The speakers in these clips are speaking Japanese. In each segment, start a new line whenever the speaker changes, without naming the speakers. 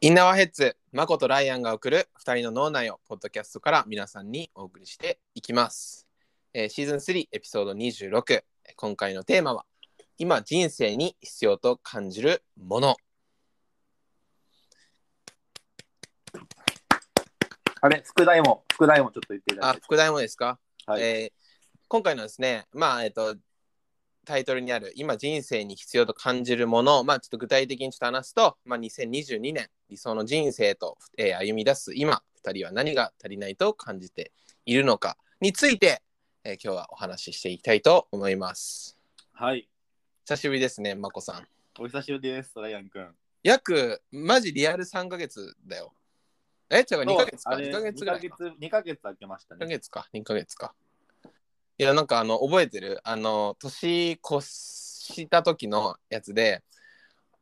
インナーワヘッズ、マコとライアンが送る2人の脳内をポッドキャストから皆さんにお送りしていきます。えーシーズン3エピソード26、えー今回のテーマは、今人生に必要と感じるもの。
あれ、副題も、副題もちょっと言っていただい
あ
て。、
副題もですか、
はい
えー今回のですね、まあ、えっ、と、タイトルにある今人生に必要と感じるものを、まあ、ちょっと具体的にちょっと話すと、まあ、2022年理想の人生と、えー歩み出す今2人は何が足りないと感じているのかについて、えー今日はお話ししていきたいと思います
はい。
久しぶりですねまこさん
お久しぶりです、ライアン君。
約マジリアル3ヶ月だよえ違う2ヶ月か
あれ
2ヶ月ぐらいか
二ヶ月、二ヶ月空けました
1ヶ
ね。
月か2ヶ月かいやなんかあの覚えてるあの年越した時のやつで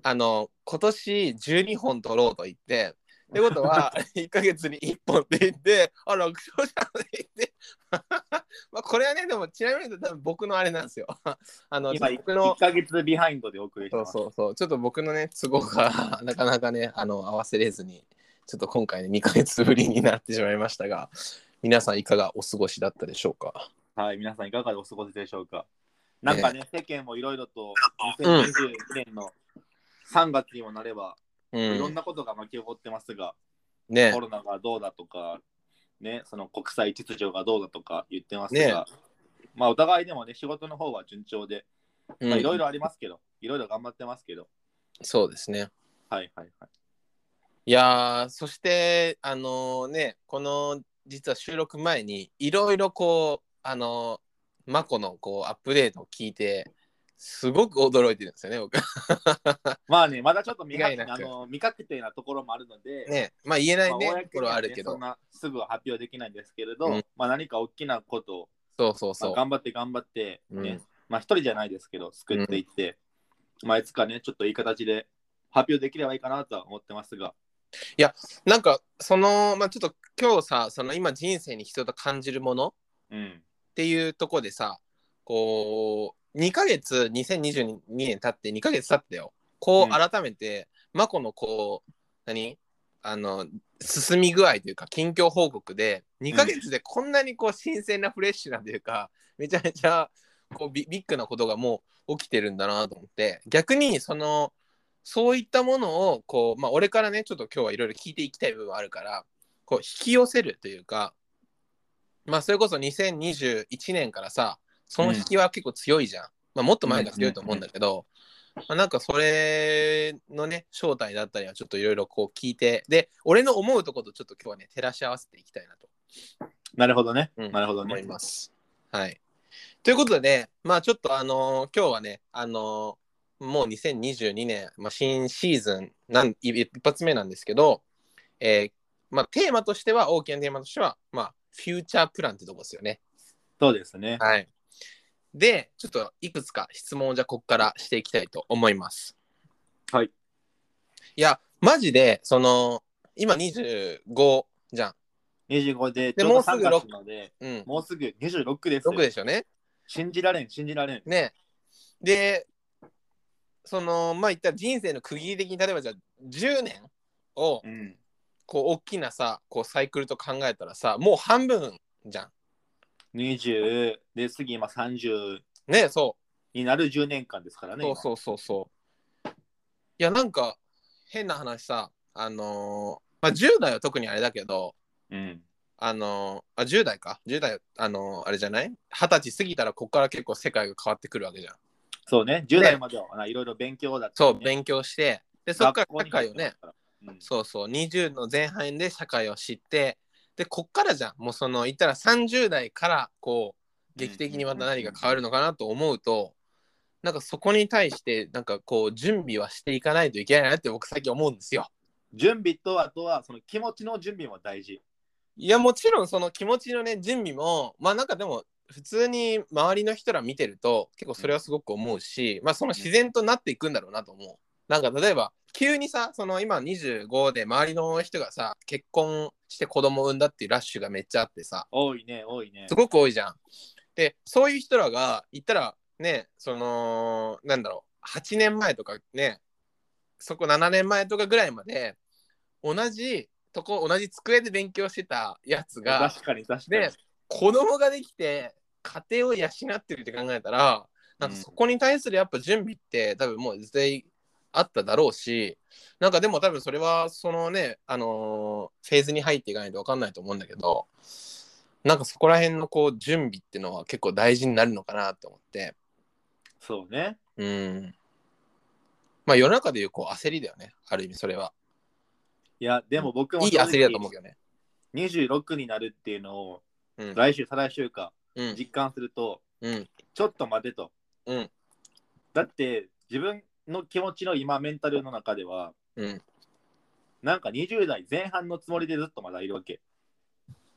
あの今年12本取ろうと言ってってこと は1ヶ月に1本って言ってあ楽勝じゃんって言って まあこれはねでもちなみに言うと多分僕のあれなんですよあの
今、一
僕の
一ヶ月ビハインドでお送りして
そう
ます。
そうそうちょっと僕のね都合が なかなかねあの合わせれずにちょっと今回ね2ヶ月ぶりになってしまいましたが皆さんいかがお過ごしだったでしょうか
はい、皆さんいかがお過ごしでしょうか。なんかね、世間もいろいろと、
うん
2020年の3月にもなれば、
う
いろん
ん、
なことが巻き起こってますが、
ね
コロナがどうだとか、ね、その国際秩序がどうだとか言ってますが、
ね
まあ、お互いでもね、仕事の方は順調で、
うん
まあ、いろいろありますけど、いろいろ頑張ってますけど、
そうですね。
はいはいはい。
いやーそしてあのねこの実は収録前にいろいろこうあのー、マコのこうアップデートを聞いてすごく驚いてるんですよね僕
まあね、まだちょっと未
意
確
外な
あ
く
の未確定なところもあるので、
ねまあ言えな
まあ
いね、
公には
ところはあるけ
そ
ど
んなすぐは発表できないんですけれど、
うん
まあ何か大きなことを、
そうそう
まあ
そう、
頑張って頑張って、ね
うん
まあ一人じゃないですけど、救っていって、まあいつかね、ちょっといい形で発表できればいいかなとは思ってますが、
なんかそのまあちょっと今日さその今人生に必要と感じるものっ
うん、
ていうところでさこう2ヶ月2022年経って2ヶ月経ったよこ
う
うん改めて、マコのこう何あの進み具合というか近況報告で2ヶ月でこんなにこう新鮮なフレッシュなというか、めちゃめちゃこうビビッグなことがもう起きてるんだなと思って逆にそのそういったものをこう、まあ、俺からねちょっと今日はいろいろ聞いていきたい部分はあるからこう引き寄せるというか、まあ、それこそ2021年からさその引きは結構強いじゃん、まあ、もっと前から強いと思うんだけど、まあ、なんかそれのね正体だったりはちょっといろいろこう聞いてで俺の思うとことちょっと今日はね照らし合わせていきたいなと
なるほどね、
うん
なるほど
思
ね
い。ます。はい。ということで、まあちょっとあのー今日はね、あのーもう2022年、まあ、新シーズンなん一一発目なんですけど、えーまあテーマとしては、大きなテーマとしては、まあフューチャープランってとこですよね。
そうですね。
はい。で、ちょっといくつか質問をじゃあここからしていきたいと思います。
はい。
いや、マジで、その、今25じゃん。
25で、
で
ちょうど
もうすぐ
3月なので、
うん。
もうすぐ26ですよ
6ですよね。
信じられん、信じられん。
ねでそのまあ言ったら人生の区切り的に例えばじゃあ10年を
うん、
こう大きなさこうサイクルと考えたらさもう半分じゃ
20で、次今30
んねそ
になる10年間ですから
う、
ね。
そう
今
そうそうそういやなんか変な話さあのーまあ、10代は特にあれだけど
うん。
あのーあ10代か10代あのーあれじゃない二十歳過ぎたらここから結構世界が変わってくるわけじゃん
そうね、10代まではいろいろ勉強だった
そ
り
う
ね、
勉強してでそっから
学
社
校に
会
行
を
ってま
ね
すから。うん
そうそう20の前半で社会を知ってでこっからじゃんもうその言ったら30代からこう劇的にまた何が変わるのかなと思うとなんかそこに対してなんかこう準備はしていかないといけないなって僕最近思うんですよ。
準備とあとはその気持ちの準備も大事。
いやもちろんその気持ちのね準備もまあなんかでも普通に周りの人ら見てると結構それはすごく思うしまあその自然となっていくんだろうなと思う。なんか例えば急にさその今25で周りの人がさ結婚して子供産んだっていうラッシュがめっちゃあってさ
多いね、多いね
す。ごく多いじゃん。でそういう人らが言ったらねそのなんだろう8年前とかねそこ7年前とかぐらいまで同じとこ同じ机で勉強してたやつが
確かに確かに
で。子供ができて家庭を養ってるって考えたらなんかそこに対するやっぱ準備って多分もう絶対あっただろうしなんかでも多分それはそのねあのーフェーズに入っていかないと分かんないと思うんだけどなんかそこら辺のこう準備っていうのは結構大事になるのかなって思って
そうね。
うんまあ世の中でいうこう焦りだよねある意味それはい
や、でも僕も
いい焦りだと思うけどね
26になるっていうのを、
うん
来週、再来週か、
うん
実感すると、
うん
ちょっと待てと。
うん
だって、自分の気持ちの今、メンタルの中では、
うん
なんか20代前半のつもりでずっとまだいるわけ。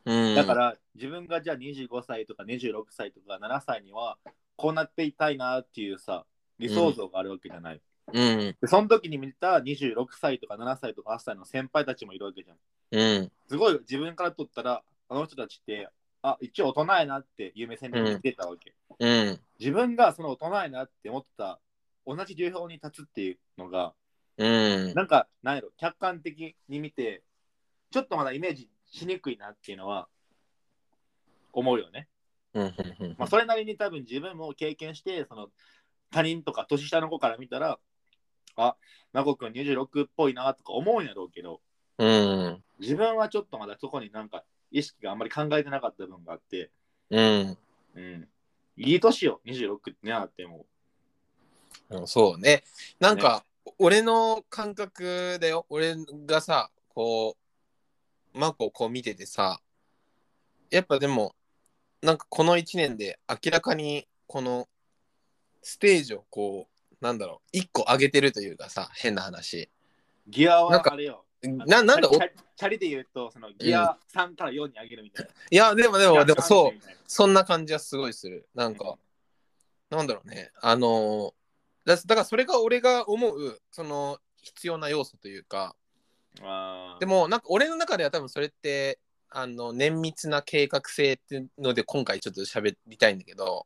うん
だから、自分がじゃあ25歳とか26歳とか7歳には、こうなっていたいなっていうさ、理想像があるわけじゃない。
うん
で、その時に見た26歳とか7歳とか8歳の先輩たちもいるわけじゃん。
うん
すごい自分からとったら、あの人たちって、あ、一応大人やなっていう目線で見てたわけ。
うん
自分がその大人やなって思った同じ流氷に立つっていうのが、
うん
なんか、なんやろ、客観的に見て、ちょっとまだイメージしにくいなっていうのは、思うよね。
うんうん
まあ、それなりに多分自分も経験して、その他人とか年下の子から見たら、あ、なこくん26っぽいなとか思うんやろうけど、
うん
自分はちょっとまだそこになんか意識があんまり考えてなかった分があって、
うん、
うん。いい年よ、26ってね、っても
うんそうねなんか、俺の感覚だよ俺がさこうマコをこう見ててさやっぱでもなんかこの1年で明らかにこのステージをこうなんだろう1個上げてるというかさ変な話
う。ギア
なん
は
か
あれよ。
ななんだお
チ
い
ャリチャリで言うと、そのギア3から4に上げるみたいな。
やでもでもでもそう
う。
そんな感じはすごいする。なんか、なんだろうね。あのーだ、だからそれが俺が思う、その、必要な要素というか、
あ
でも、なんか俺の中では多分それって、あの、綿密な計画性っていうので、今回ちょっと喋りたいんだけど、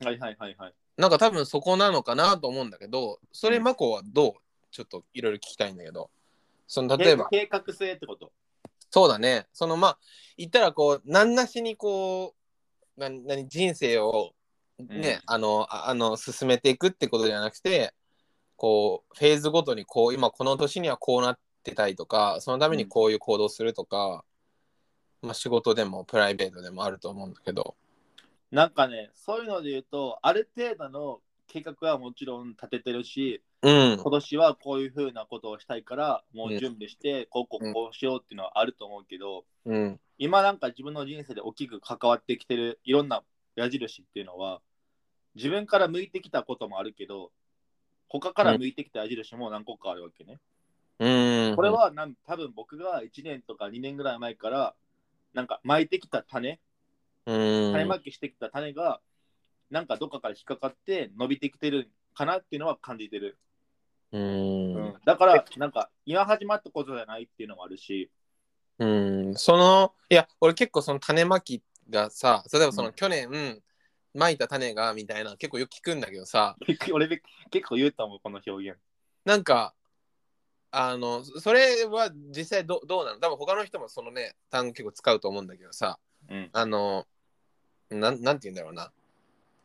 ーはいはいはいはい。
なんか多分そこなのかなと思うんだけど、それ、
うん
マコはどうちょっといろいろ聞きたいんだけど、その、例えば、
計計画性ってこと。
そうだね。そのまあ言ったらこう何なしにこうな何人生をね、あのああの進めていくってことじゃなくてこうフェーズごとにこう今この年にはこうなってたいとかそのためにこういう行動するとか、まあ仕事でもプライベートでもあると思うんだけど。
なんかね、そういうので言うと、ある程度の計画はもちろん立ててるし、
うん
今年はこういうふうなことをしたいから、もう準備して、こうこうこうしようっていうのはあると思うけど、
うん
今なんか自分の人生で大きく関わってきてるいろんな矢印っていうのは自分から向いてきたこともあるけど他から向いてきた矢印も何個かあるわけね。
うん、
これはなん多分僕が1年とか2年ぐらい前からなんか巻いてきた種
うん
種まきしてきた種がなんかどっかから引っかかって伸びてきてるかなっていうのは感じてる。
うん
うんだからなんか今始まったことじゃないっていうのもあるし。
うん、そのいや俺結構その種まきがさ例えばその
うん
去年、まいた種がみたいな結構よく聞くんだけどさ
俺結構言うと思うこの表現。
なんかあのそそれは実際どどうなの多分他の人もそのね単語結構使うと思うんだけどさ
うん、
あのなんなんて言うんだろうな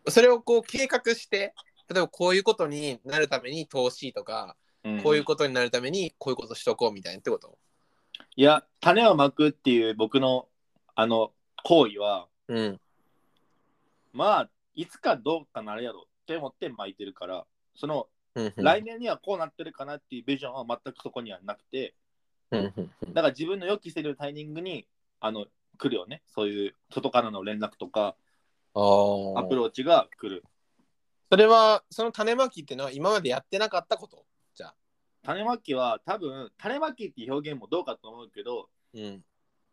それをこう計画して例えばこういうことになるために投資とか、こういうことになるためにこういうことしとこうみたいなってこと
いや、種をまくっていう僕のあの行為は、
うん
まあ、いつかどうかなるやろって思って巻いてるから、その
うんうん
来年にはこうなってるかなっていうビジョンは全くそこにはなくて、
うんうんうん
だから自分の予期せるタイミングにあの来るよね、そういう外からの連絡とか
あー
アプローチが来る。
それはその種まきっていうのは今までやってなかったことじゃあ
種まきは多分、種まきっていう表現もどうかと思うけど、
うん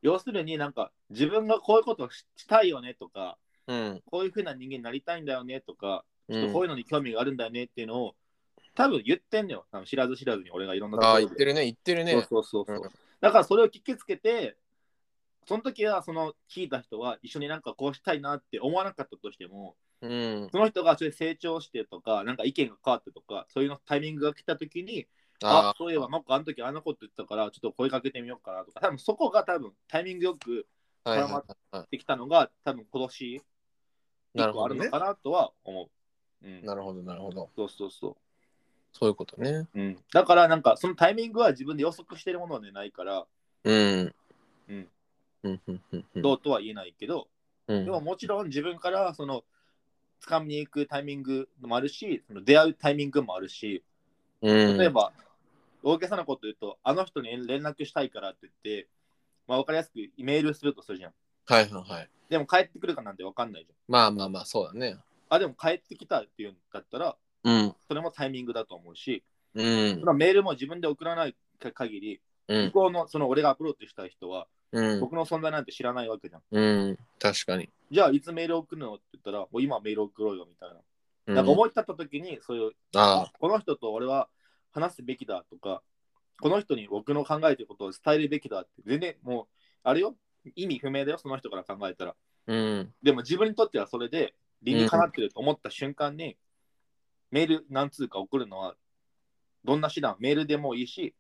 要するになんか自分がこういうことをししたいよねとか、
うん
こういうふうな人間になりたいんだよねとか、
う
ちょっとこうんいうのに興味があるんだよねっていうのを、多分言ってんのよ。多分知らず知らずに俺がいろんなとこ
ああ
ろ
言ってるね言ってるね
そうそうそうそう
うん
だからそれを聞きつけて、その時はその聞いた人は一緒になんかこうしたいなって思わなかったとしても
うん。
その人がそれ成長してとかなんか意見が変わってとかそういうのタイミングが来た時にあ
あ
そういえばマコあの時あんなこと言ってたからちょっと声かけてみようかなとか多分そこが多分タイミングよく
あ、はいはいはいは
できたのが多分今年
い。な
一
る
個
ほ
あ
ど
る
ね
の。かなとは思う。うん、
なるほど、なるほど。
そうそうそ
そういうことね。
う、うん。だからなんかそのタイミングは自分で予測してるものでないから
うん。
うん。
うん、うん、うんうん。
どうとは言えないけど、
うん
でももちろん自分からその掴みに行くタイミングもあるしその出会うタイミングもあるし
うん
例えば、大げさなこと言うとあの人に連絡したいからって言って、まあ、分かりやすくメールするとするじゃん。
はいはいはい。
でも帰ってくるかなんて分かんないじゃん。
まあまあまあ、そうだね。
あでも帰ってきたっていうんだったら
うん。
それもタイミングだと思うし、
うん
そ。のメールも自分で送らない限り、
う
向
ん。
こうのその俺がアプローチした人は、
うん。
僕の存在なんて知らないわけじゃん。
うん。確かに。
じゃあいつメール送るのって言ったら、もう今メール送ろうよみたいな。
うん
なんか思い立った時に、そういう、
あ
この人と俺は話すべきだとか、この人に僕の考えてることを伝えるべきだって、全然もう、あれよ、意味不明だよ、その人から考えたら。
あ。うん。
でも自分にとってはそれで理にかなってると思った瞬間に、メール何通か送るのはどんな手段メールでもいいし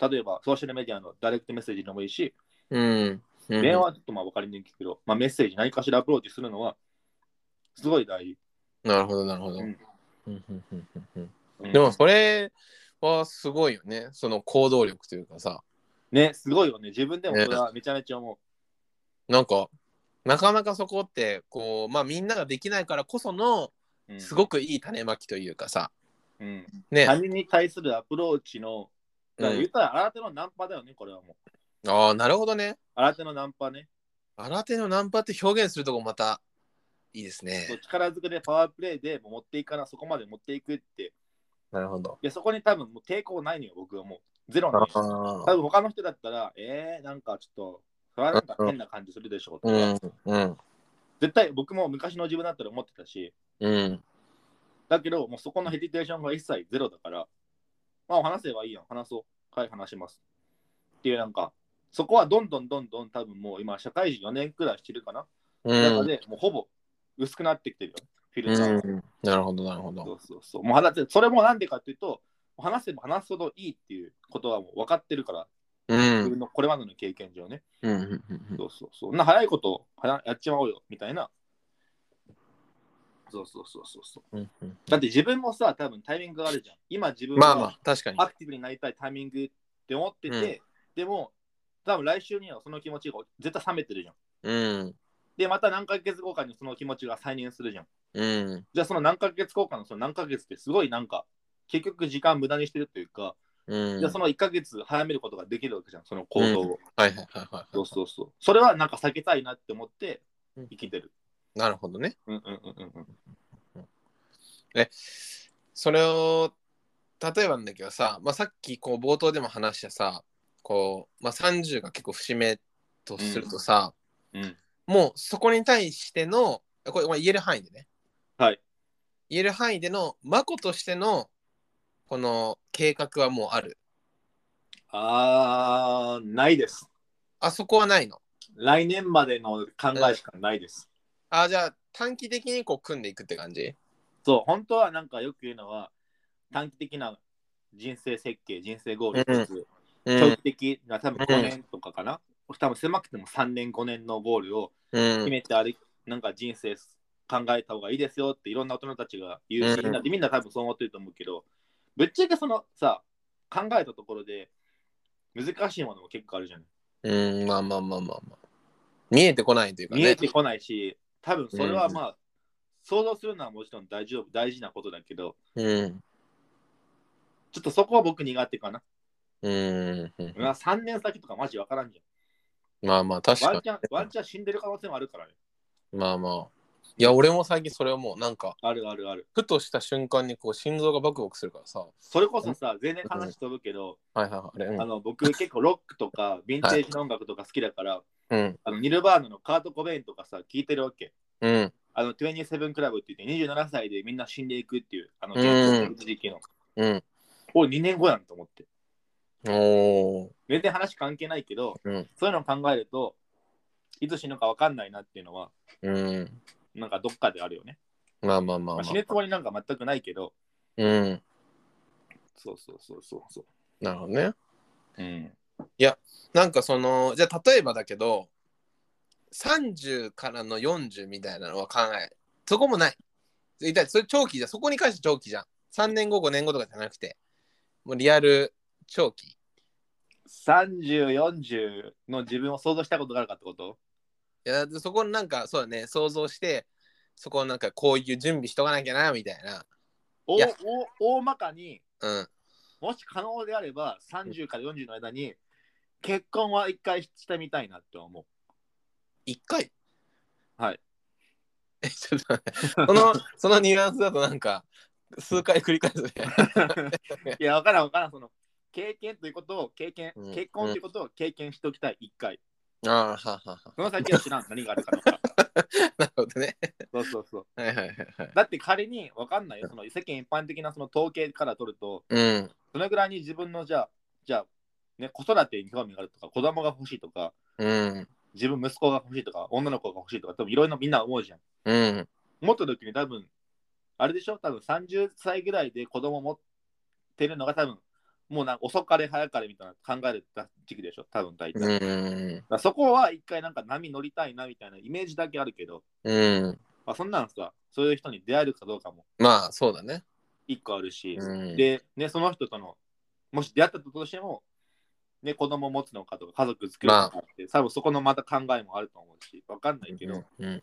例えばソーシャルメディアのダイレクトメッセージでもいいし、
うん。うん
電話はちょっとまあ分かりにくいけど、まあ、メッセージ何かしらアプローチするのはすごい大事。
なるほど、なるほど。
うん
うんうんうんうんうん
うん
でも、それはすごいよね。その行動力というかさ、
ね、すごいよね。自分でもこれはめちゃめちゃ思
なんか、なかなかそこって、こう、まあみんなができないからこその、
う。うん
すごくいい種まきというかさ、
うん、
ね。
他人に対するアプローチの、だから
う
言っ
ん
たら新手のナンパだよね、これはもう。
ああ、なるほどね。
新手のナンパね。
新手のナンパって表現するとこまたいいです
そう
ね。
力づくでパワープレイでもう持っていかな、そこまで持っていくって
なるほど。
いや、そこに多分もう抵抗ないのよ、僕はもう。ゼロなのよ。
あ
多分他の人だったら、えー、なんかちょっと、それはなんか変な感じするでしょうと
う
か、
ん。うん。
絶対僕も昔の自分だったら思ってたし、
うん。
だけど、もうそこのヘディテーションが一切ゼロだから、まあ話せばいいやん、話そう。はい、話します。っていうなんか、そこはどんどんどんどん多分もう今、社会人4年くらいしてるかな。
うん。
中で、もうほぼ薄くなってきてるよ、フィルターが。
うん、なるほど、なるほ
そ
ど。
うそうそう。もう話せそれもなんでかっていうと、話せば話すほどいいっていうことはもう分かってるから、
う
自
ん。
分のこれまでの経験上ね。
うんうんうん
そうそうそう。そんな早いことはややっちまおうよ、みたいな。そうそうそうそうそう。
うんうん
だって自分もさ、多分タイミングがあるじゃん。今自分
まあま
は
あ、確かに。
アクティブになりたいタイミングって思ってて、
うん
でも、多分来週にはその気持ちが絶対冷めてるじゃん。
うん。
で、また何ヶ月後かにその気持ちが再燃するじゃん。
うん。
じゃあその何ヶ月後かのその何ヶ月ってすごいなんか、結局時間無駄にしてるというか、
うん。
じゃあその1ヶ月早めることができるわけじゃん、その行動を。
はいはいはいは
そうそうそう。それはなんか避けたいなって思って
うん
生きてる。
い。なるほどね。
うんうんうんうんうん。
え、それを、例えばなんだけどさ、まあ、さっきこう冒頭でも話したさ、こう、まあ、30が結構節目とするとさ、
うん
もうそこに対しての、これまあ言える範囲でね、
はい。
言える範囲での、マコとしての、この計画はもうある。
あー、ないです。
あそこはないの。
来年までの考えしかないです。
あじゃあ短期的にこう組んでいくって感じ
そう、本当はなんかよく言うのは、短期的な人生設計、人生ゴール一つ、
う
長
ん
期的な多分5年とかかな。多分狭くても3年、5年のゴールを
うん
決めてあれ、なんか人生考えた方がいいですよっていろんな大人たちが言う
う
し、
ん
みんなみんな多分そう思ってると思うけど、ぶっちゃけそのさ、考えたところで難しいものも結構あるじゃない。
うんまあまあまあまあまあ見えてこないというかね
見えてこないし、多分それは
うん
まあ、想像するのはもちろん大丈夫、大事なことだけど、
うん
ちょっとそこは僕苦手かな。
うんうん
うわ3年先とかマジわからんじ
まあまあ確
ゃ
か
ん。ワン
に
チャン、ワンチャン死んでる可能性もあるからね。
まあまあいや俺も最近それはもうなんか
あるあるある。
ふとした瞬間にこう心臓がバクバクするからさは
それこそさ、全然話飛ぶけど、
いはいはいあれ
あの僕結構ロックとか、ヴィンテージの音楽とか好きだから、
うん
あのニルバーナのカート・コベインとかさ、聞いてるわけ。
うん
あの、27クラブって言って、27歳でみんな死んでいくっていう、あの、
うん
時期の。
うん
おい、2年後やんと思って。
おー
全然話関係ないけど、
うん
そういうのを考えると、いつ死ぬか分かんないなっていうのは、
うん。
なんかどっかであるよね。
まあまあまあま
まあ、
あ
死。ぬつもりなんか全くないけど、
うん。
そうそうそうそうそ
なるほどね。
う。うん。
なんかその、じゃあ例えばだけど、30からの40みたいなのは考え、そこもない。いたいそれ長期じゃん、そこに関して長期じゃん。3年後、5年後とかじゃなくて、もうリアル長期。
30、40の自分を想像したことがあるかってこと
いやでそこなんかそうだね想像してそこなんかこういう準備しとかなきゃなみたいな
お
いや
お大まかに、
うん
もし可能であれば、30から40の間に、結婚は一回してみたいなって思う。
一回
はい
えちょっと待ってその そのニュアンスだとなんか数回繰り返す ね
いや、わからんわからん。その経験ということを経験
うん、
結婚ということを経験しておきたい、一回。
ああははは
その先は 知らん、何があるかどうか。
なるほどね
そうそうそう。
はいはいはいはい
だって仮にわかんないよ、その世間一般的なその統計から取ると、
うん
そのぐらいに自分のじゃあ、じゃあ、ね、子育てに興味があるとか、子供が欲しいとか、
うん
自分息子が欲しいとか、女の子が欲しいとか、多分いろいろみんな思うじゃん。
うん
持った時に多分、あれでしょ多分30歳ぐらいで子供持ってるのが多分、もうなんか遅かれ早かれみたいな考える時期でしょ多分大体。
う
だか
ん
らそこは一回なんか波乗りたいなみたいなイメージだけあるけど、
うん
まあ、そんなんさ、そういう人に出会えるかどうかも
まあそうだね
一個あるし、
うん
で、ね、その人との、もし出会ったとしても、ね、子供持つのかとか、家族作るのかって、多分そこのまた考えもあると思うし、わかんないけど、
うんうん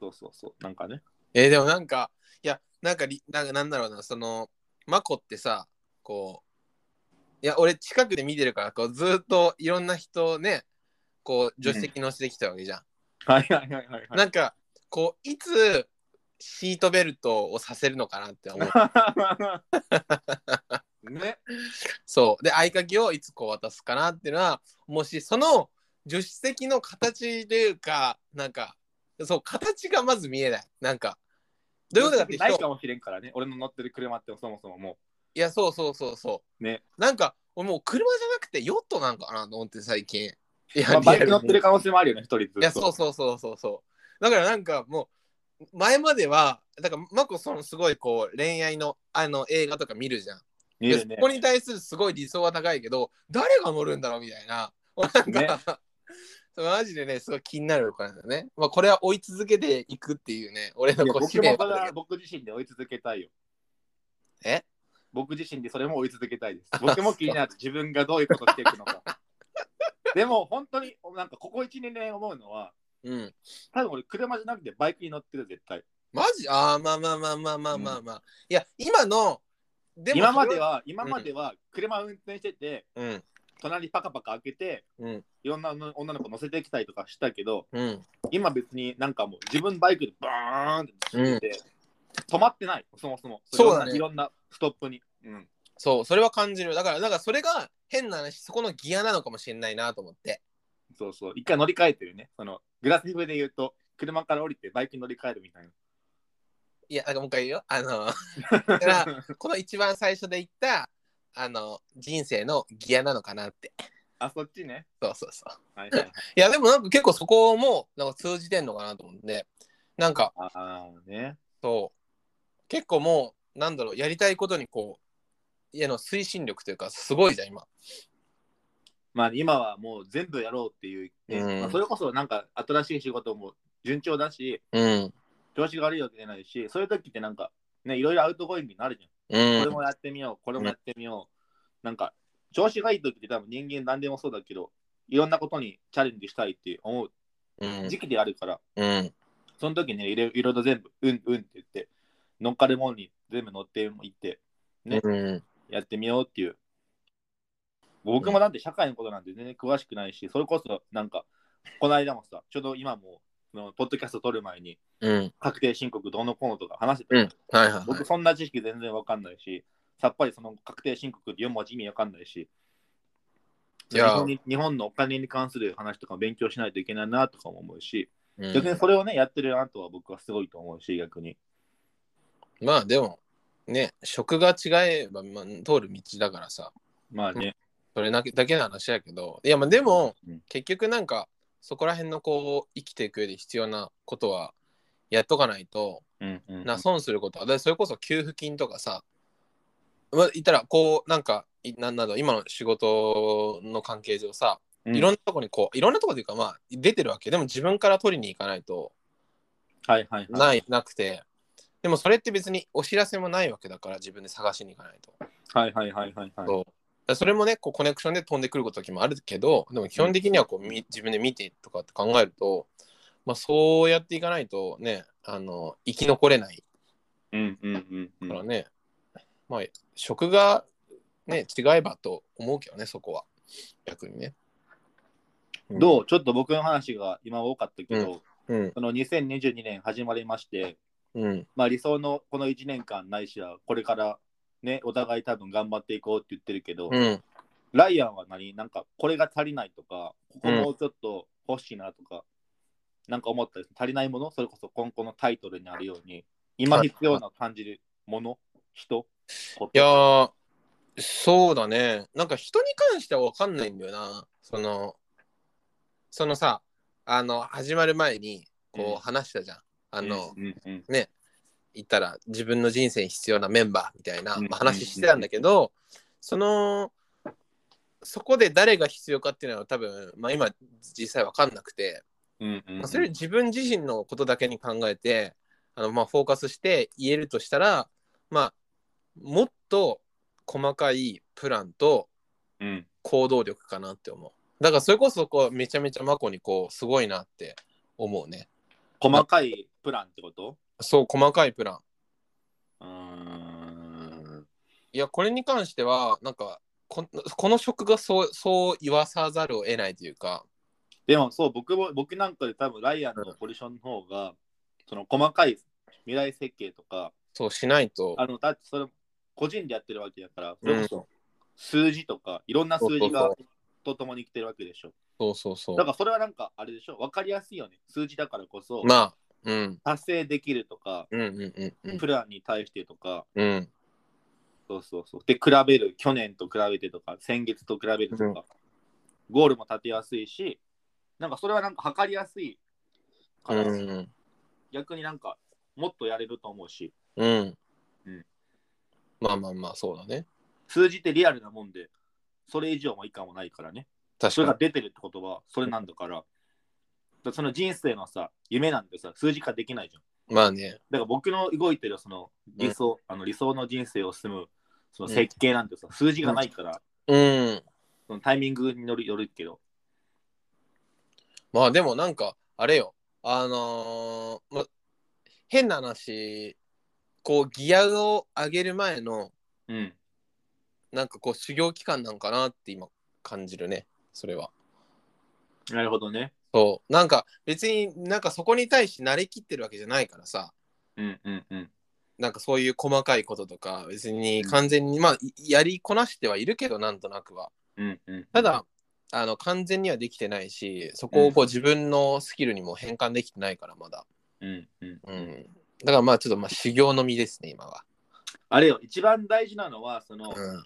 そうそうそう、なんかね。
えーでもなんかいやなんかりなんかなんだろうなそのマコってさこういや俺近くで見てるからこうずーっといろんな人をねこう助手席乗せてきたわけじゃん、
はいはいはいはい、はい。
なんかこういつシートベルトをさせるのかなって 思う
ね、
そうで合鍵をいつこう渡すかなっていうのはもしその助手席の形というかなんかそう形がまず見えないなんかどういうことかって
ない
人
かもしれんからね、俺の乗ってる車ってそもそもも
いや、そうそうそうそう。
ね。、
なんか、俺もう車じゃなくてヨットなんかなと思って最近。いうや、
まあ、バイ
リア
ク
ル
乗ってる
に
可能性もあるよね、一人ずつ。
いや、そうそうそうそうそう。だからなんかもう、前までは、だから、マコそのすごいこう、恋愛のあの映画とか見るじゃん。
見えるね
でそこに対するすごい理想は高いけど、誰が乗るんだろうみたいな。 なんか、
ね
そうマジでね、すごい気になるからね。まあ、これは追い続けていくっていうね、俺の
いや
こう
僕
使命
も
なんだけ
まだ
ど
僕自身で追い続けたいよ。
え
僕自身でそれも追い続けたいです。僕も気になる自分がどういうことしていく のか。でも本当になんかここ1、2年思うのは、
うん。
多分俺車じゃなくてバイクに乗ってる絶対。
マジああ、まあまあまあまあまあまあまあ。いや、今の、で
今まで。は、今までは車運転してて、
うん、
隣パカパカ開けて、
うん、
いろんな女の子乗せてきたりとかしたけど、
うん。
今別になんかもう自分バイクでバーンって走ってて、止まってない、そもそも。
そうだね
いろんなストップに。うん。
そう、それは感じる。だから、だからそれが変な話、そこのギアなのかもしれないなと思って。
そうそう。一回乗り換えてるね。そのグラスフィブで言うと、車から降りてバイクに乗り換えるみたいな。
いや、だからもう一回言うよ。あ の、だからこの一番最初で言った、あの、人生のギアなのかなって。
あ、そっちね。
そうそうそう。
はいはいはい。
いや、でもなんか結構そこも、なんか通じてんのかなと思って。なんか、
ああね。
そう、結構もう、なんだろう、やりたいことにこう、家の推進力というか、すごいじゃん、今。
まあ今はもう全部やろうっていう、ね
うん
まあ、それこそなんか新しい仕事も順調だし、
うん。
調子が悪いわけじゃないし、そういう時ってなんか、ね、いろいろアウトゴイングになるじ
う
ゃん。これ
ん。
もやってみよう、これもやってみよう。なんか、調子がいい時って多分人間何でもそうだけど、いろんなことにチャレンジしたいって思う
うん
時期であるから、
うん。
その時ね、いろいろと全部、うんうんって言って、乗っかるもんに全部乗っていって、ね
うん。
やってみようっていう。僕もだって社会のことなんて全然詳しくないし、それこそなんか、この間もさ、ちょうど今も、そのポッドキャスト撮る前に、
うん。
確定申告どうのこうのとか話してた
う
じゃ
ん。
ん、
はいはいはい。
僕そんな知識全然わかんないし、さっぱりその確定申告って4文字意味わかんないし、
い
日
や
本に日本のお金に関する話とかも勉強しないといけないなとかも思うし、
うん
逆にそれをね、やってるなとは僕はすごいと思うし、逆に。
まあでも、ね、職が違えば、まあ、通る道だからさ、
まあね。
それだけだけの話やけど、いやまあでも、
うん
結局なんか、そこら辺のこう生きていく上で必要なことはやっとかないと
うんうん
な損することはだからそれこそ給付金とかさまあ言ったらこうなんかいなんなど今の仕事の関係上さ
うん
いろんなとこにこういろんなとこというかまあ出てるわけでも自分から取りに行かないと
はいはいはい。
ないなくてでもそれって別にお知らせもないわけだから自分で探しに行かないと。
はいはいはいはいはい。
そうだからそれもねこうコネクションで飛んでくること時もあるけどでも基本的にはこう、み自分で見てとかって考えると、まあ、そうやっていかないとねあの生き残れない
うんうんうん
か
う
ら
ん。
ね、まあ職がね違えばと思うけどねそこは逆にね。
どうちょっと僕の話が今多かったけど、
うんうん
その2022年始まりまして、
うん
まあ、理想のこの1年間ないしはこれからねお互い多分頑張っていこうって言ってるけど、
うん
ライアンは何なんかこれが足りないとかここもうちょっと欲しいなとか、なんか思ったり足りないものそれこそ今後のタイトルにあるように今必要な感じるもの人こと
いやーそうだねなんか人に関しては分かんないんだよなそのそのさあの始まる前に
うん
こう話したじゃん、あの、
うんうん
言ったら自分の人生に必要なメンバーみたいな、
うん
まあ話してたんだけど、そのそこで誰が必要かっていうのは多分、まあ、今実際分かんなくて、
うんうんう
ま
ん
あそれより自分自身のことだけに考えてあのまあフォーカスして言えるとしたら、まあ、もっと細かいプランと
うん
行動力かなって思うだからそれこそこうめちゃめちゃマコにこうすごいなって思うね
細かいプランってこと
そう細かいプラン
うーん
いやこれに関してはなんかここの職がそうそう言わさざるを得ないというか
でもそう僕も僕なんかで多分ライアンのポジションの方が、その細かい未来設計とか
そうしないと
あのだってそれ個人でやってるわけだからそれこそ数字とかいろんな数字
そう
が
そう
とともに来てるわけでしょ
そうそうそ
だか
う
らそれはなんかあれでしょ分かりやすいよね数字だからこそ
まあうん
達成できるとか
うんうんうんうん
プランに対してとか
うん
そうそうそうで比べる去年と比べてとか先月と比べるとか、
うん
ゴールも立てやすいしなんかそれはなんか測りやすいから、
うん
逆になんかもっとやれると思うし
うん
うん
まあまあまあそうだね
数字ってリアルなもんでそれ以上も以下もないからねそ
確
れ
か
が出てるってことはそれなんだからだからその人生のさ夢なんてさ数字化できないじゃん
にまあね
だから僕の動いてるその理想、あの理想の人生を進むその設計なんてさ、数字がないから、
うん
そのタイミングによるよるけど
まあでもなんかあれよあのーま、変な話こうギアを上げる前の
うん
なんかこう修行期間なんかなって今感じるねそれは。
なるほどね
そうなんか別になんかそこに対して慣れきってるわけじゃないからさ
うんうんうん
なんかそういう細かいこととか別に完全に、まあいやりこなしてはいるけどなんとなくは
うんうん
ただあの完全にはできてないしそこをこう自分のスキルにも変換できてないからまだ
うんうん
うん、だからまあちょっとまあ修行の身ですね今は
あれよ一番大事なのはそ
う
の、
ん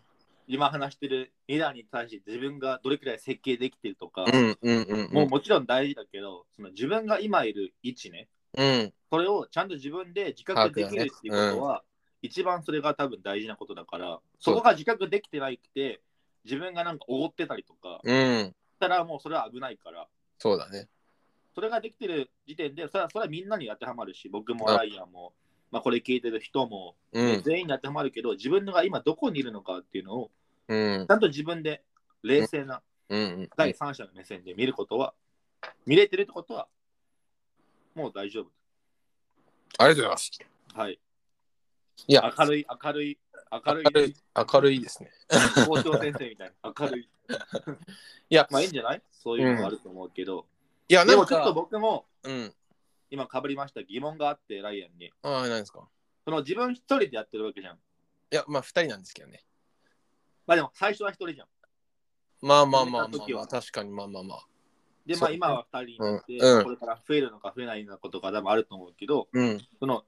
今話してる未来に対して自分がどれくらい設計できてるとか、
うんうんうんう
もうんもちろん大事だけどその自分が今いる位置ね
うん
それをちゃんと自分で自覚できるっていうことは、一番それが多分大事なことだから、そこが自覚できてないくて、自分がなんかおごってたりとか
うん
したらもうそれは危ないから、
そうだね
それができてる時点で、それはそれはみんなに当てはまるし、僕も
うん
ライアンも、まあ、これ聞いてる人も、
うん
全員に当てはまるけど、自分が今どこにいるのかっていうのを、
うん
ちゃんと自分で冷静な
うんうん
第三者の目線で見ることは、見れてるってことは、もう大丈夫。
ありがとうございます
はい。
いや
明るい、明るい、明るい。
明るい明るいですね
校長先生みたい な明るい。
いや
まあいいんじゃないそういうのもあると思うけど。
いや
で
なん
もちょっと
か
僕も
うん
今かぶりました疑問があって、ライアンに。
ああ何ですか
その自分一人でやってるわけじゃん。
いや、まあ、二人なんですけどね。
まあでも最初は一人じゃん。
まあまあまあま
始めた
あ、
時
ま
は
あ、確かにまあまあまあ。
で、
そう
まあ今は二人になって、
うんうん
これから増えるのか増えないのかとか多分あると思うけど、
うん。
その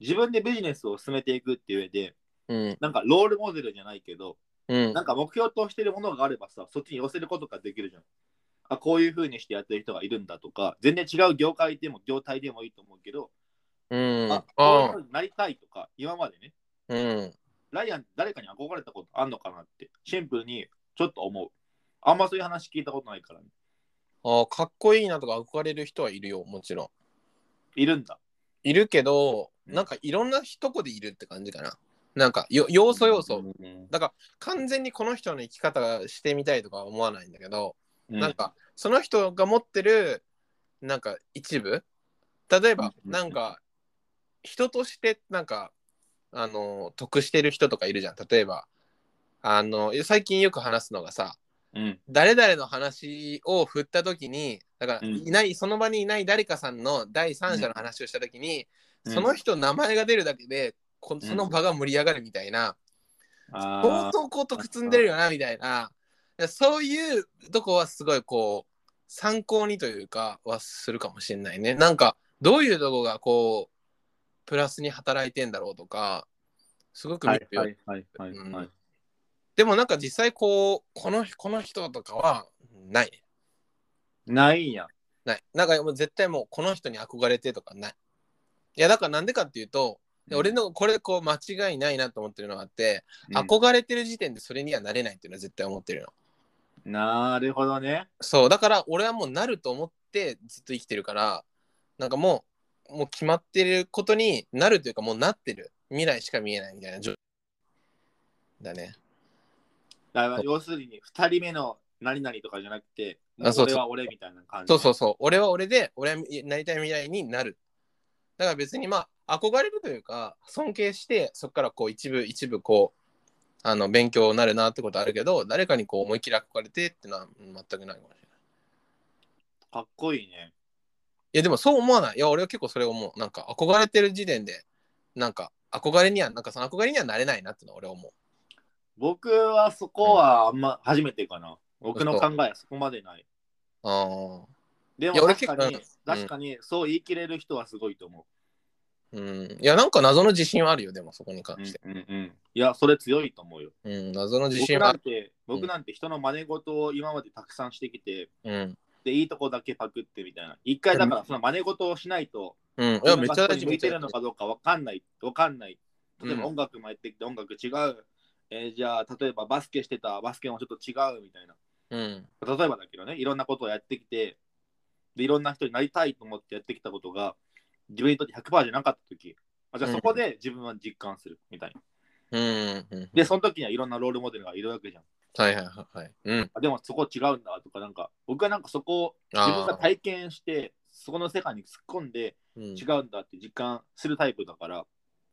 自分でビジネスを進めていくっていう上で、
うん。
なんかロールモデルじゃないけど、
うん
なん。か目標としてるものがあればさ、そっちに寄せることができるじゃん。あこういうふうにしてやってる人がいるんだとか全然違う業界でも業態でもいいと思うけど、
うん。
あこういう
あ
ふうになりたいとか今までね
うん。
ライアン誰かに憧れたことあんのかなってシンプルにちょっと思うあんまそういう話聞いたことないから、ね、
あかっこいいなとか憧れる人はいるよ、もちろん。
いるんだ
いるけど、
うん
なんかいろんな一こでいるって感じかな。なんかよ要素要素、
うん
完全にこの人の生き方がしてみたいとかは思わないんだけど、
うん
なんかその人が持ってるなんか一部例えば
うん
なんか人としてなんかあの得してる人とかいるじゃん例えばあの最近よく話すのがさ
うん
誰々の話を振った時にだから
うん
いない、その場にいない誰かさんの第三者の話をした時に、
うん
その人の名前が出るだけでこその場が盛り上がるみたいな、相
あー
当こう得積んでるよなみたいなそういうとこはすごいこう参考にというかはするかもしれないねなんかどういうとこがこうプラスに働いてんだろうとかすごく
は
見
い
るよ、
はいはいはいはい、
うんでもなんか実際こうこのこの人とかはないね
ないんや
ないなんかもう絶対もうこの人に憧れてとかないいやだからなんでかっていうとで俺、のこれこう間違いないなと思ってるのがあって、
うん
憧れてる時点でそれにはなれないっていうのは絶対思ってるの
なるほどね
そうだから俺はもうなると思ってずっと生きてるからなんかもうもう決まってることになるというかもうなってる未来しか見えないみたいな状だね
だから要するに2人目の何々とかじゃなくて
あそうそう
俺は俺みたいな感じ
そうそうそう俺は俺で俺はなりたい未来になるだから別にまあ憧れるというか尊敬してそこからこう一部一部こうあの勉強になるなってことあるけど誰かにこう思いっきり憧れてってのはうん全くないかもしれない
かっこいいね
いやでもそう思わない。いや俺は結構それ思う。なんか憧れてる時点で、なんか憧れには、なんかその憧れにはなれないなってのは俺は思う。
僕はそこはあんま初めてかな、僕の考えはそこまでない
あ
でも
いや俺
確かに、
結構うん
確かにそう言い切れる人はすごいと思
あ。うん。いやなんか謎の自信はあるよ、でもそこに関
う。
して。
うんうんうん、いや、それ強いと思うよ。
うん、謎の自
僕
信は
な
あ
ん
る。
て、僕なんて人の真似事を今までたくさんしてきて、
うん。
で、いいとこだけパクってみたいな。一回だからその真似事をしないと、
うん。い
自
や
分
めっ
が
ちゃ
そこ
大
に
事
向
め
い
っち
て
ゃ
る
大
の
事。
かどうかわかんない、わかんない。例え
うん
ば音楽もやってきて音楽違う。えーじゃあ、例えばバスケしてたバスケもちょっと違うみたいな。
うん。
例えばだけどね、いろんなことをやってきて、でいろんな人になりたいと思ってやってきたことが、自分にとって100%じゃなかったとき、あじゃあそこで自分は実感するみたいな。
うん。うん。
で、その時にはいろんなロールモデルがいるわけじゃん。
はいはいはいはい。うん。
あでもそこ違うんだとか、なんか、僕はなんかそこを自分が
ああ。
体験して、そこの世界に突っ込んで
うん
違うんだって実感するタイプだから、
う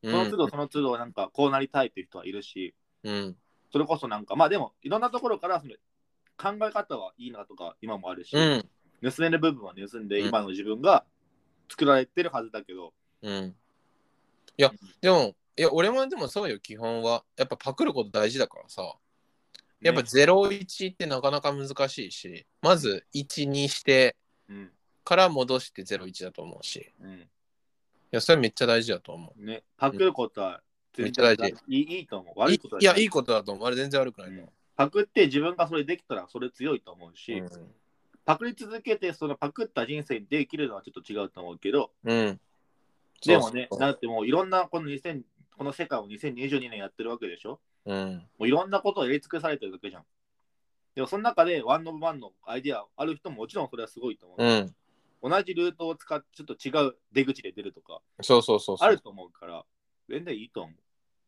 その都
ん
度その都度なんかこうなりたいっていう人はいるし、
うん。
それこそなんか、まあでもいろんなところからその考え方はいいなとか今もあるし、
うん。
盗める部分は盗んで、
うん
今の自分が作られてるはずだけど、
うん。いや、でも、いや、俺もでもそうよ、基本は。やっぱパクること大事だからさ。やっぱ
ね
01ってなかなか難しいし、まず1にして
うん
から戻して01だと思うし、い
うん
や、それめっちゃ大事だと思
ね、パクることは
めっちゃ大事
いいいいと思う。
う。
悪
い
いことはい
や、いいことだと思う。あれ全然悪くないと思
パクって自分がそれできたらそれ強いと思うし、
う。
パクり続けてそのパクった人生にできるのはちょっと違うと思うけど、
うん。うん
でもね、
そうそう
だってもういろんなこの2000この世界を2022年やってるわけでしょ
うん。
もういろんなことをやり尽くされてるだけじゃん。でもその中でワンオブワンのアイディアある人ももちろんそれはすごいと思
う
う。
ん。
同じルートを使ってちょっと違う出口で出るとか
そうそうそうそう。
あると思うから、全然いいと思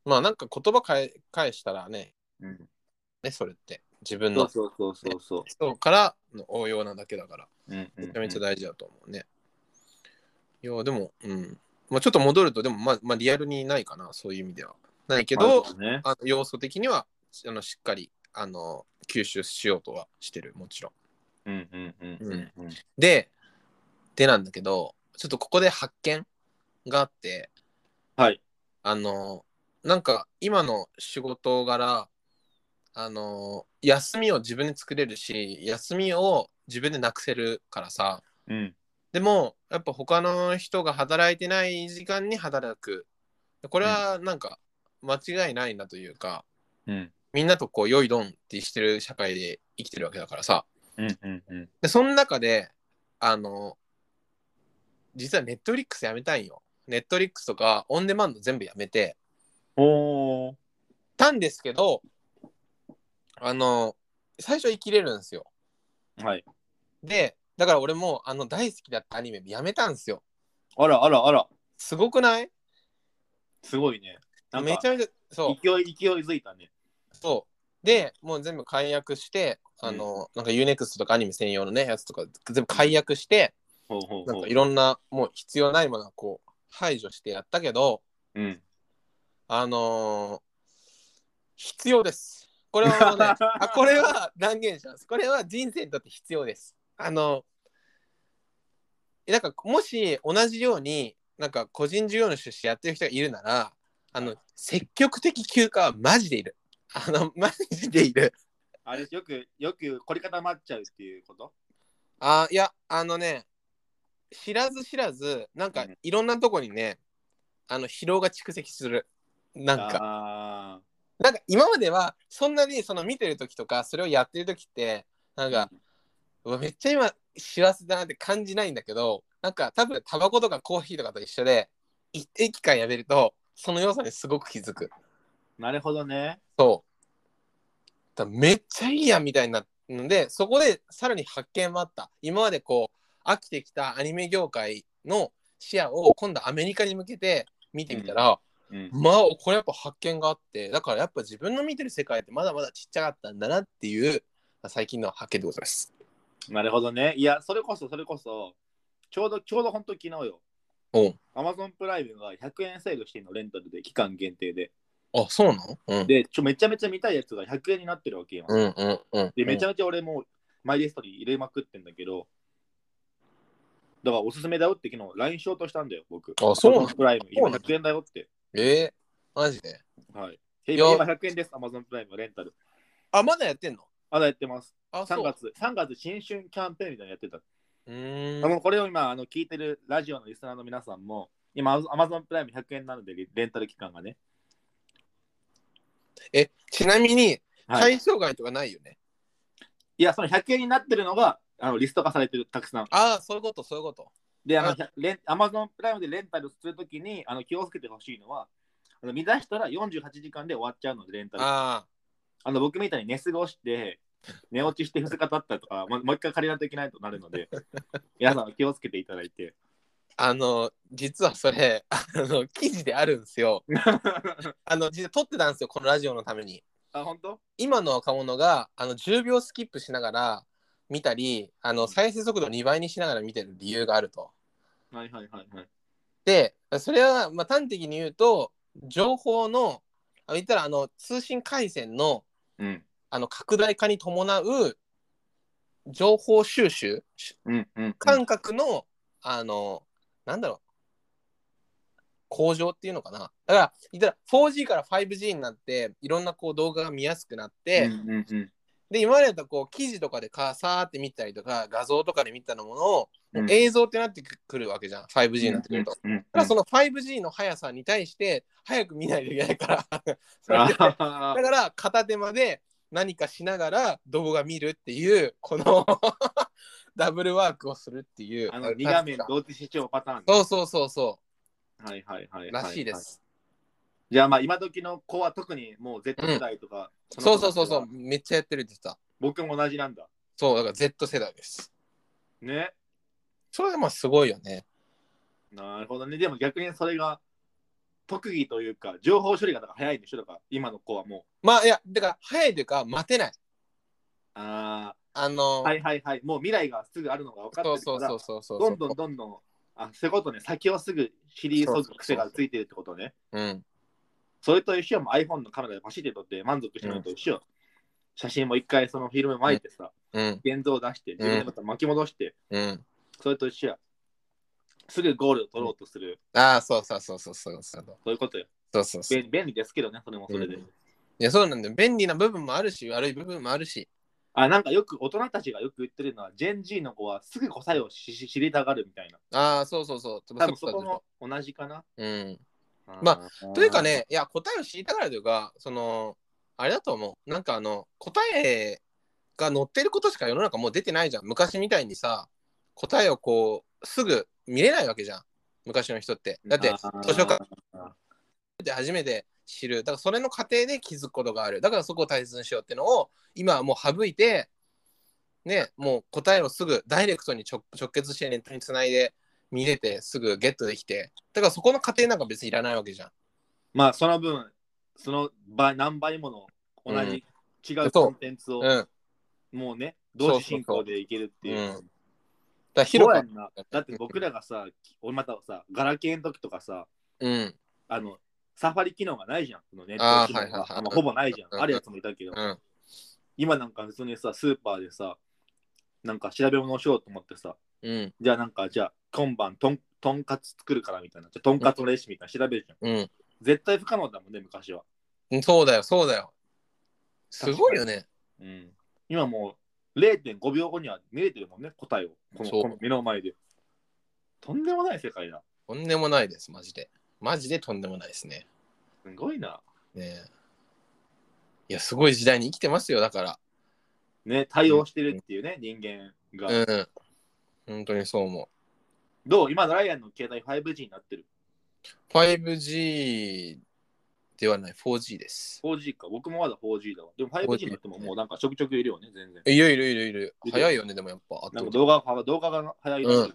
まあ、なんか言葉変え返したらね、
う。うん、
ね、それって。自分
そ
の
うそうそうそうそ
人からの応用なだけだから、
う。うんう
め
ん
ちゃめちゃ
うん
大事だと思うね。いや、でも、うん。まあ、ちょっと戻ると、でも、まあ、まあ、リアルにないかな、そういう意味では。ないけど、
まあね、
あの要素的にはあのしっかりあの吸収しようとはしてるもちろん。
うんうんうんうんうん。
ででなんだけどちょっとここで発見があって
はい。
あのなんか今の仕事柄あの休みを自分で作れるし休みを自分でなくせるからさ
うん
でもやっぱ他の人が働いてない時間に働くこれはなんか間違いないなというか、
うん
みんなとこう良いドンってしてる社会で生きてるわけだからさ
うんうんうん。
で、その中で、あの、実はネットフリックスやめたいんよ。ネットフリックスとかオンデマンド全部やめて
おー。
たんですけど、あの、最初生きれるんですよ。
はい。
で、だから俺もあの大好きだったアニメやめたんですよ。
あらあらあら。
すごくない
すごいね。なんか
めちゃめちゃ、そう。
勢い、勢いづいたね。
そう。で、もう全部解約して、あの、なんか UNEXT とかアニメ専用のね、やつとか全部解約して、
ほうほう
なん
ほう
かい。ろんな、もう必要ないものはこう、排除してやったけど、
うん。
あのー必要です。これはもうね、あこれは断言します。これは人生にとって必要です。あの、えなんかもし同じように、なんか個人事業主としてやってる人がいるなら、あの、積極的休暇はマジでいる。あの、マジでいる。
あれ、よく、よく凝り固まっちゃうっていうこと
あいやあのね知らず知らずなんか
うん
いろんなとこにね、あの疲労が蓄積するなんか
あ
なんか今まではそんなにその見てる時とかそれをやってる時ってなん
ー
か、うわめっちゃ今幸せだなって感じないんだけどなんか多分タバコとかコーヒーとかと一緒で一定期間やめるとその良さにすごく気づく
なるほどね。
そうだからめっちゃいいやんみたいになるのでそこでさらに発見もあった今までこう飽きてきたアニメ業界の視野を今度アメリカに向けて見てみたら、
うん。
まあこれやっぱ発見があってだからやっぱ自分の見てる世界ってまだまだちっちゃかったんだなっていう、まあ最近の発見でございます
なるほどね。いや、それこそ、それこそ、ちょうど、ちょうど本当昨日よ。
おう
Amazon プライムが100円セールしてんの、レンタルで、期間限定で。
あそうなの、うん、
で、ちょめちゃめちゃ見たいやつが100円になってるわけよ。
うんうんうん
で、めち
ゃ
ゃめちゃ俺もうマイリストに入れまくってんだけど、だからおすすめだよって昨日 LINE しようとしたんだよ、僕。
あそうなの
Amazon プライム、今100円だよって。
えー、マジで
はい。
い
今
や
100円です、Amazon プライムレンタル。
あまだやってんの
まだやってます。
あそう
3月、3月新春キャンペーンみたいなのやってた。
うーん
あのこれを今あの、聞いてるラジオのリスナーの皆さんも、今 Amazon プライム100円なので、レンタル期間がね。
えちなみに
は
対
い。
象外とかないよね、
いや、その100円になってるのが、あのリスト化されてる、たくさん。
ああ、そういうこと、そういうこと。
で、あの
あ、
レン Amazon プライムでレンタルするときにあの気をつけてほしいのは、あの見出したら48時間で終わっちゃうので、レンタル。あ
あ
の僕みたいに寝過ごして、寝落ちして2日経ったとか、もうもう一回借りないといけないとなるの で、皆さん気をつけていただい て。
あ、あの、実はそれ、 あの、記事であるんですよ。あの、実は撮ってたんですよ、このラジオのために。
あ、本当
今の若者が、あの、10秒スキップしながら見たり、あの、再生速度2倍にしながら見てる理由があると。
はいはいはいはい。
で、それは、まあ、端的に言うと、情報の、あ言ったら、あの、通信回線の、
うん。
あの、拡大化に伴う、情報収集、
うんうん、うん。
感覚の、あの、なんだろう、向上っていうのかな。だから、言ったら 4G から 5G になって、いろんなこう動画が見やすくなって、
うんうんうん
で、今までだとこう記事とかでかさーって見たりとか、画像とかで見たものを、
うん
もう映像ってなってくるわけじゃん、5G になってくると。
うんうんうん
ただその 5G の速さに対して、早く見ないといけないから、それでだ
あー
から片手間で何かしながら動画見るっていう、この ダブルワークをするっていう。
あの2画面同時視聴パターンね。
そうそうそうそ
はいはいはいは
う
い。
らしいです。
じゃあまあ今時の子は特にもう Z 世代とか、
そうそうそうそう
の子たちは
めっちゃやってるって言ってた。
僕も同じなんだ。
そうだから Z 世代です。
ね。
それはまあすごいよね。
なるほどね。でも逆にそれが特技というか、情報処理がだから早いんでしょだから今の子はもう。
まあいやだから早いというか待てない。
あ
あの
あ、はいはいはい。もう未来がすぐあるのが分かって
そうそ
る
う
から
そう、そうそう。
どんどんどんどん、あ、そういうことね、先をすぐ知り
そ
そぐ
うそうそう
癖がついてるってことね。
うん。
それと一緒よもう iPhone のカメラでパシって撮って満足しないのと一緒よ。写真も一回そのフィルム巻いてさ、
うん
現像を出して、自分でまた巻き戻して、
うん。
それと一緒や。すぐゴールを取ろうとする、
ああそうそうそうそうそうそう
そういうことよ。
そうそうそう。い
便便利ですけどね、それもそれで。
うんやそうなんだよ。便利な部分もあるし悪い部分もあるし。
あ、なんかよく大人たちがよく言ってるのは、ジェンジーの子はすぐ答えをしし知りたがるみたいな。
ああそうそうそう。
多分そこも同じかな。
うん。
まあ
というか、ね、いや、答えを知りたがるというか、その、あれだと思う。なんかあの、答えが載ってることしか世の中もう出てないじゃん昔みたいにさ答えをこうすぐ見れないわけじゃん昔の人ってだって図書館で初めて知るだからそれの過程で気づくことがあるだからそこを大切にしようってのを今はもう省いてねもう答えをすぐダイレクトに直直結してネットにつないで見れてすぐゲットできてだからそこの過程なんか別にいらないわけじゃん
まあその分その倍何倍もの同じ、違うコンテンツ
う
を、
んだか
もうね同時進行でいけるっていう
そうそうそうら
そう
広
や
く
んなだって僕らがさ俺またさガラケーの時とかさ
うん
あのサファリ機能がないじゃんそのネッ
あー
ト機能
はいはいはい
があんまほぼないじゃ
うんん
あるやつもいたけど
うん
今なんか普通にさスーパーでさなんか調べ物をしようと思ってさ
うん
じゃあなんかじゃあ今晩とんとんかつ作るからみたいなじゃあとんかつのレシピみたいな調べるじゃん
うん
絶対不可能だもんね昔は
うんそうだよそうだよすごいよね
うん今もう0.5秒後には見れてるもんね答えをこの
そう
この目の前でとんでもない世界だ
とんでもないですマジでマジでとんでもないですね
すごいな
ねえいやすごい時代に生きてますよだから
ね対応してるっていうね人間が、
うん本当にそう思
どう今のライアンの携帯 5G になってる
う 5G ではない 4G です
4G か僕もまだ 4G だわでも 5G になってももうなんかちょくちょくいるよね全然
いるいるいるいる
いる
早いよねでもやっぱあ
なんか
と
動画が動画が早いらしい、
うん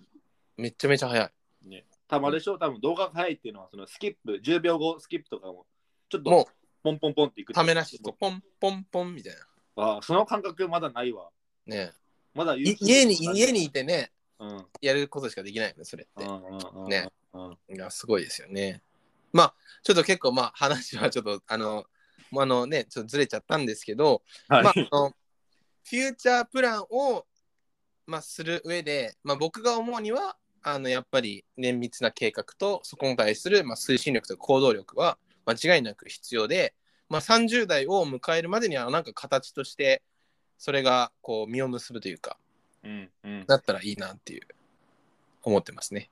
めっちゃめちゃ早い
たまでしょ多分動画が早いっていうのはそのスキップ10秒後スキップとかもちょっ
も
とポンポンポンっていく
うためらしとポンポンポンみたいな
あーその感覚まだないわ
ね
まだ
えい家に家にいてね
うんうん
やることしかできないよねそれって
うんうん
ね
うん
いや、すごいですよね。まあ、ちょっと結構、まあ、話はちょっと、あの、まあ、あのね、ちょっとずれちゃったんですけど、
はい、
まあ、あの、フューチャープランを、まあ、する上で、まあ、僕が思うには、あの、やっぱり、綿密な計画と、そこに対する、まあ、推進力と行動力は、間違いなく必要で、まあ、30代を迎えるまでには、なんか形として、それが、こう、実を結ぶというか、
うんうん、
なったらいいなっていう、思ってますね。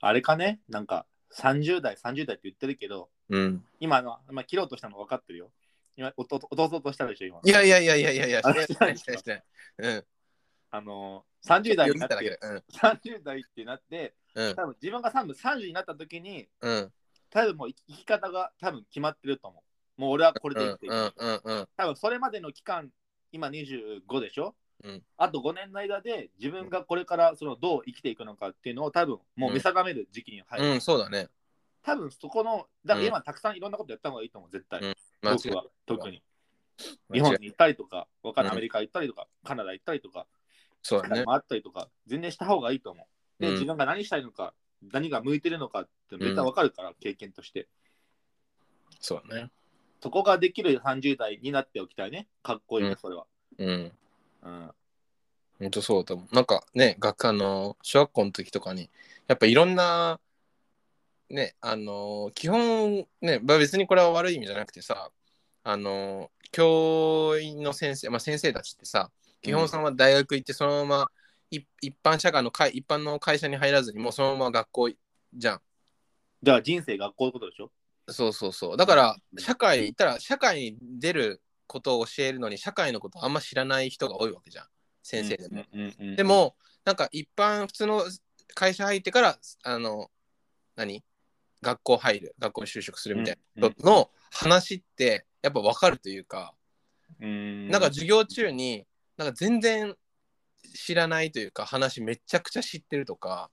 あれかねなんか30代30代って言ってるけど
うん。
今あの、まあ、切ろうとしたの分かってるよ今落と落とそうとしたでしょ今
いやいやいやいやいやいや、し
あ
ないしないしないしない。うん。
あのー、30代にな
読みた
っ
だけ
て
でうん
30代ってなって
うん
多分自分が多分30になった時に
うん
多分もう生き方が多分決まってると思うもう俺はこれで生きていく、
うんうんうん
多分それまでの期間今25でしょ、
うん
あと5年の間で自分がこれからそのどう生きていくのかっていうのを多分もう見定める時期に入る、
うんそうだね
多分そこのだ
う
から
ん
今たくさんいろんなことやった方がいいと思う絶対、
うん間違
僕は特に日
い
本
間違
に
い
行ったりとかわかんない
うん
アメリカ行ったりとか、カナダ行ったりとか
そうだ
回
ね
ったりとか全然した方がいいと思うで、
うん
自分が何したいのか何が向いてるのかって絶対わかるから、経験として
そうだね
そこができる30代になっておきたいね。かっこいいね
うん、
それは。
うん
うん。
本当そうだと思うなんかね学科の小学校の時とかにやっぱいろんなねあのー基本ねまあ別にこれは悪い意味じゃなくてさあのー教員の先生まあ先生たちってさ基本そのまま大学行ってそのままい一般社会の会一般の会社に入らずにもうそのまま学校じゃん
じゃあ人生学校のことでしょ
そうそうそう。だから
うん
社会行ったら社会に出ることを教えるのに社会のことあんま知らない人が多いわけじゃん先生でも。。
うんうんうん
で、もなんか一般普通の会社入ってからあの何学校入る学校に就職するみたいな人の話ってやっぱ分かるというか、
うん
なんか授業中になんか全然知らないというか話めちゃくちゃ知ってるとか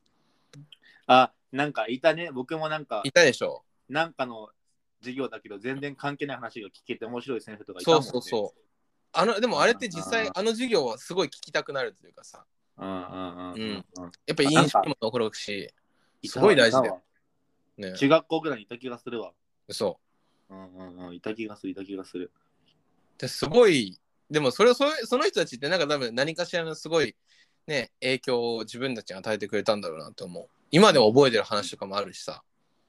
あ、なんかいたね。僕もなんか
い、たでしょ
なんかの授業だけど、全然関係ない話が聞けて面白い先生とかいた
そ
もん
う
ね。
そうそう。あのでもあれって実際
あ
あの授業はすごい聞きたくなるというかさ
うんうんうんうんうん。
やっぱり印象にも残るし、すごい大事だよ。ね、
中学校ぐらいにいた気がするわ。
そ
うんうんうん。いた気がする、いた気がする。
う。ですごい、でもそれをそれその人たちってなんか多分何かしらのすごい、ね、影響を自分たちに与えてくれたんだろうなと思う。今でも覚えてる話とかもあるしさ、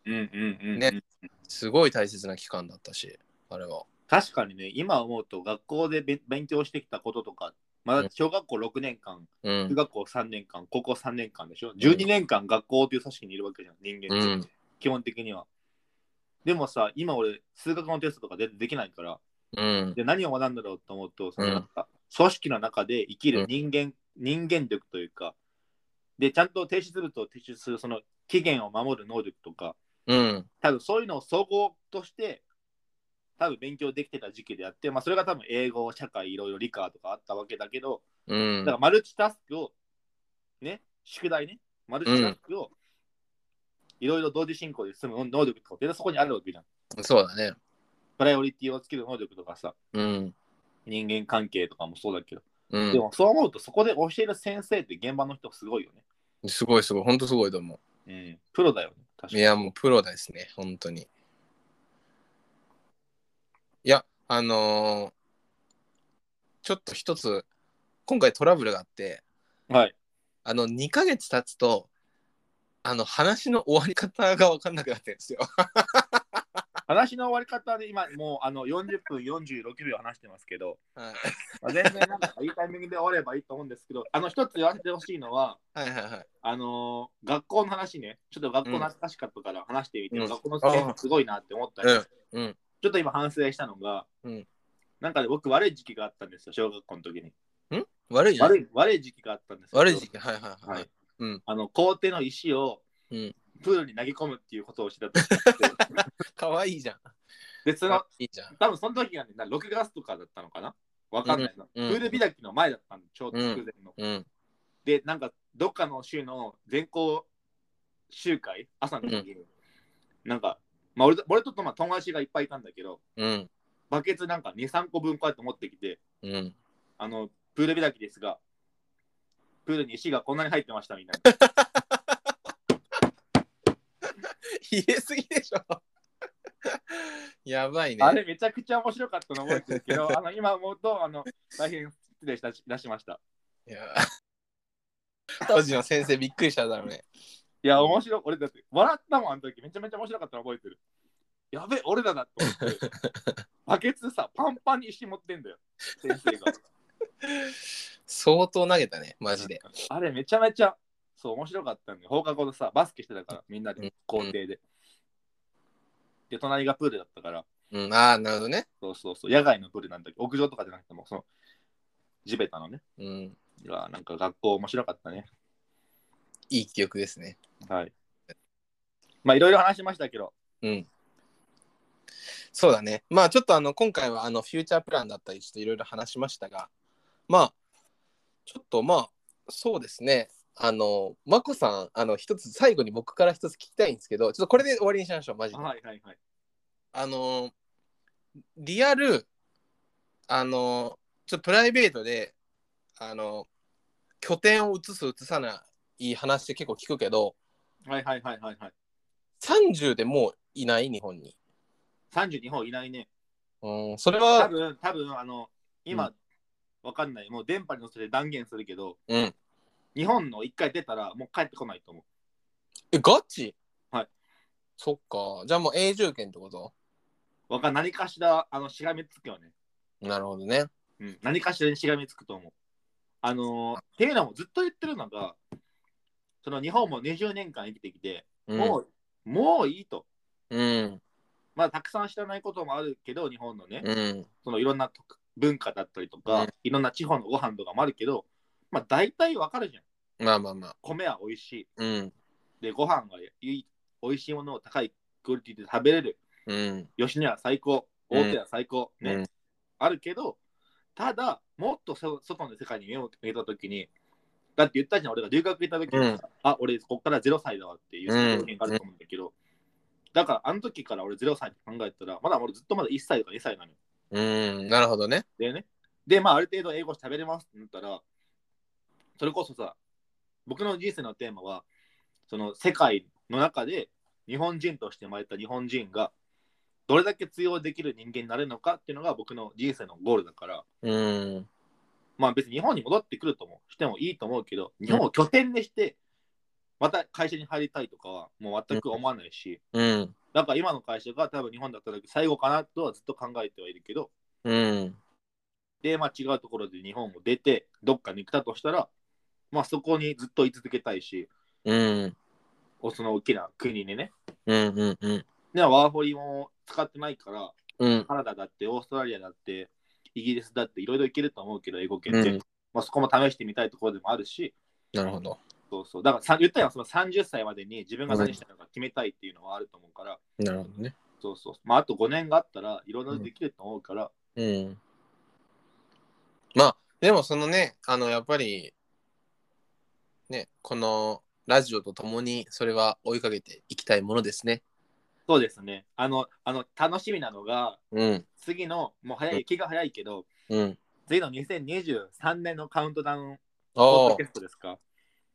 うんうんうんうん。
ねすごい大切な期間だったし、あれは。
確かにね、今思うと学校でべ勉強してきたこととか、まだ小学校6年間、
う
中
ん。
学校3年間、高校3年間でしょ ?12 年間学校という組織にいるわけじゃん、人間
う
って、
ん。
基本的には。でもさ、今俺、数学のテストとかでできないから、
うん。
で何を学んだろうと思うと、その
うん
なんか組織の中で生きる人間、人間力というか、で、ちゃんと提出物を提出する、その期限を守る能力とか、
うん。
多分そういうのを総合として、多分勉強できてた時期であって、まあ、それが多分英語、社会、いろいろ理科とかあったわけだけど、
う
だ
ん
から。マルチタスクを、ね、宿題ね、マルチタスクを、いろいろ同時進行で進む能力とか、絶対そこにあるわけじゃん。
そうだね。
プライオリティをつける能力とかさ、
うん。
人間関係とかもそうだけど、
う
で
ん。
もそう思うと、そこで教える先生って現場の人すごいよね。
すごいすごい。ほんとすごいと思
うん、プロだよね。確
う。い
かに。
や、もうプロですね。ほんとに。いや、あのーちょっと一つ、今回トラブルがあって、
はい。
あの、2ヶ月経つと、あの、話の終わり方が分かんなくなってるんですよ。
話の終わり方で今、もうあの40分46秒話してますけど、
はい
まあ、全然なんかいいタイミングで終わればいいと思うんですけど、あの一つ言わせてほしいのは、
はいはいはい。
あのー学校の話ね、ちょっと学校懐かしかったから話してみて、
うん
学校の先生すごいなって思ったり、
うんうん
ちょっと今反省したのが、
うん
なんかね僕悪い時期があったんですよ、小学校の時に。
悪いじゃん。
悪い悪い時期があったんですよ
悪い時期。はいはいは
はい
い。。うん
あの、校庭の石を、
うん
プールに投げ込むっていうことをしてた時があって。
かわいいじゃん。
で、その、
いいじゃん。
多分その時がね、な6月とかだったのかなわかんないな。
うん
プール開きの前だったの、ちょうど直前の。
うん。
で、なんか、どっかの州の全校集会、朝の時に、なんか、まあ俺と、俺とまあ友達がいっぱいいたんだけど、
うん。
バケツなんか2、3個分こうやって持ってきて、
うん。
あの、プール開きですが、プールに石がこんなに入ってましたみたいな。
冷えすぎでしょ。 やばいね。
あれめちゃくちゃ面白かったの覚えてるけど、あの今思うと、あの、大変失礼したし出しました。
いや当時の先生びっくりしただろうね。
いや、面白い。俺だって、笑ったもん、あの時。めちゃめちゃ面白かったの覚えてる。やべえ、俺らだと思って。バケツさ、パンパンに石持ってんだよ。先生が。
相当投げたね、マジで。
あれ、めちゃめちゃ、そう、面白かったんで、放課後のさ、バスケしてたから、みんな
うん
で、校庭で。で、隣がプールだったから、
うん、ああ、なるほどね。
そうそうそう、野外のプールなんだけど、屋上とかじゃなくても、その、地べたのね。
うん。
いや、なんか学校面白かったね。
いい記憶ですね。
はい。まあ、いろいろ話しましたけど、
うん。そうだね。まあちょっとあの今回はあのフューチャープランだったりちょっといろいろ話しましたが、まあちょっとまあそうですね。あの、まこさん、あの一つ最後に僕から一つ聞きたいんですけど、ちょっとこれで終わりにしましょう、マジで。
はいはいはい。
あの、リアル、あの、ちょっとプライベートで、あの、拠点を移す、移さない話って結構聞くけど、
はいはいはいはいはい。
30でもういない、日本に。
32本いないね。
うん、それ
多
は、
分多分あの今、わかんないもう電波に乗せて断言するけど
うん。
日本の一回出たらもう帰ってこないと思う
え、ガチ
はい。
そっか。じゃあもう永住権ってこと
わかん何かしらあのしがみつくよね、
なるほどね。
うん、何かしらにしがみつくと思うあのーっていうのもずっと言ってるのがその日本も20年間生きてきて、
うん、
もうもういいと
うん、
まあたくさん知らないこともあるけど日本のね、
うん、
そのいろんなと文化だったりとか、
うん
いろんな地方のご飯とかもあるけどまあ大体わかるじゃん
まあまあまあ。
米は美味しい
うん、
で、ご飯がいい美味しいものを高いクオリティで食べれる。
うん、
吉野家最高。
うん
大手は最高。ね、
うん
あるけど、ただ、もっとそ外の世界に目を向けたときに、だって言ったじゃん、俺が留学行ったときに、
うん
あ、俺、ここから0歳だわっていう
うん
表現があると思うんだけど、だから、あの時から俺0歳って考えたら、まだ俺ずっとまだ1歳とか2歳なのよ。
うん、なるほどね。
でね。で、まあ、ある程度英語喋れますってなったら、それこそさ、僕の人生のテーマは、その世界の中で日本人として生まれた日本人が、どれだけ通用できる人間になれるのかっていうのが僕の人生のゴールだから、
うん、
まあ別に日本に戻ってくるともしてもいいと思うけど、日本を拠点にして、また会社に入りたいとかはもう全く思わないし、
うん、
だから今の会社が多分日本だったら最後かなとはずっと考えてはいるけど、
うん、
で、まあ、違うところで日本を出て、どっかに来たとしたら、まあ、そこにずっと居続けたいし、
うん。
おその大きな国にね。
うんうんうん
で、ワーホリも使ってないから、
うん
カナダだって、オーストラリアだって、イギリスだっていろいろいけると思うけど、英語圏って、
うん
まあ、そこも試してみたいところでもあるし、
なるほど。
そうそう。だからさ言ったよ、その30歳までに自分が何したいのか決めたいっていうのはあると思うから、
なるほどね。
そうそう。まあ、あと5年があったらいろんなできると思うから、
うん。まあ、でもそのね、あの、やっぱり、ね、このラジオとともに、それは追いかけていきたいものですね。
そうですね。あの、あの楽しみなのが、
うん。
次の、もう早
う
い、気が早いけど、
うん。
次の2023年のカウントダウンポッ
あ
ド
あ
キ、ャストですか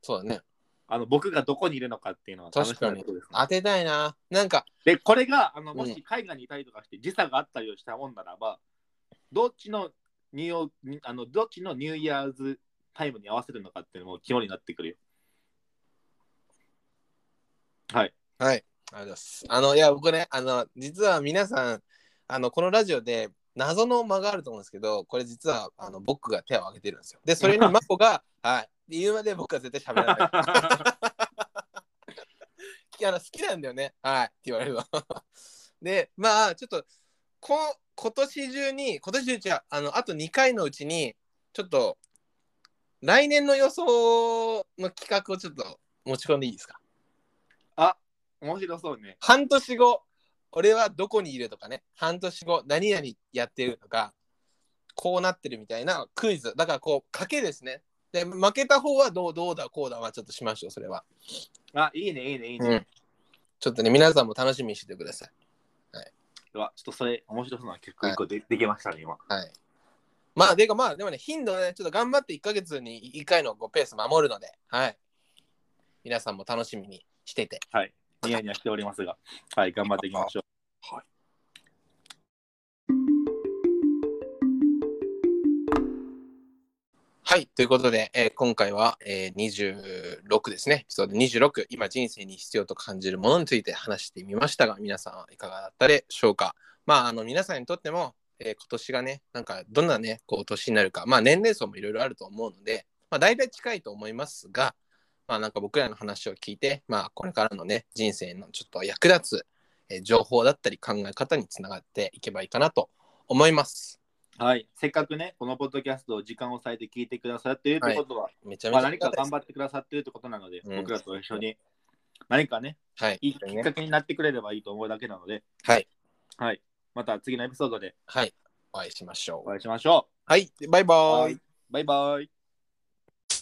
そうだね。
あの僕がどこにいるのかっていうのは楽しみなことですね、
当てたいな。なんか、
で、これがあの
うん
もし海外にいたりとかして時差があったりをしたもんならば、どっちのニューヨークあのどっちのニューイヤーズタイムに合わせるのかっていうのも肝になってく るよ。はい。
はい。ありがとうございます。あの、いや、僕ね、あの、実は皆さん、あの、このラジオで、謎の間があると思うんですけど、これ実は、あの、僕が手を挙げてるんですよ。で、それに マコが、はい。言うまで僕は絶対喋らない。 あの好きなんだよね。はい。って言われるわ。 で、まあ、ちょっと、こ今年中に、今年中じゃあの、あと2回のうちに、ちょっと、来年の予想の企画をちょっと持ち込んでいいですか
あ面白そうね。
半年後、俺はどこにいるとかね、半年後、何々やってるとか、こうなってるみたいなクイズ。だから、こう、賭けですね。で、負けた方はどうどうだ、こうだはちょっとしましょう、それは。
あいいね、いいね、いいね。
うん。ちょっとね、皆さんも楽しみにしててください。
うわちょっとそれ面白そうな結構一個で,、できましたね、今。
はい。まあ、でかまあ、でもね、頻度はね、ちょっと頑張って1ヶ月に1回のこうペース守るので、はい。皆さんも楽しみにしてて。
はい。ニヤニヤしておりますが、はい、頑張っていきましょう。
はい。はい、ということで、えー今回は、えー26ですね、エピソード26、今人生に必要と感じるものについて話してみましたが、皆さんはいかがだったでしょうか。まあ、あの皆さんにとっても、えー今年がね、なんかどんなね、こう年になるか、まあ年齢層もいろいろあると思うので、まあ大体近いと思いますが、まあなんか僕らの話を聞いて、まあこれからのね、人生のちょっと役立つ、えー情報だったり考え方につながっていけばいいかなと思います。
はい。せっかくね、このポッドキャストを時間を割いて聞いてくださっているということは、
めちゃめ
まあ、
ちゃ
何か頑張
っ
ってくださってるってことなので、
うん
僕らと一緒に何かね、
て、はい、
いいきっかけになってくれればいいと思うだけなので、
はい、
はい。また次のエピソードで
はい、お会いしましょ
お
う。
会いしましょ
はい、バイ
う。
バーイ。。
バイバイ。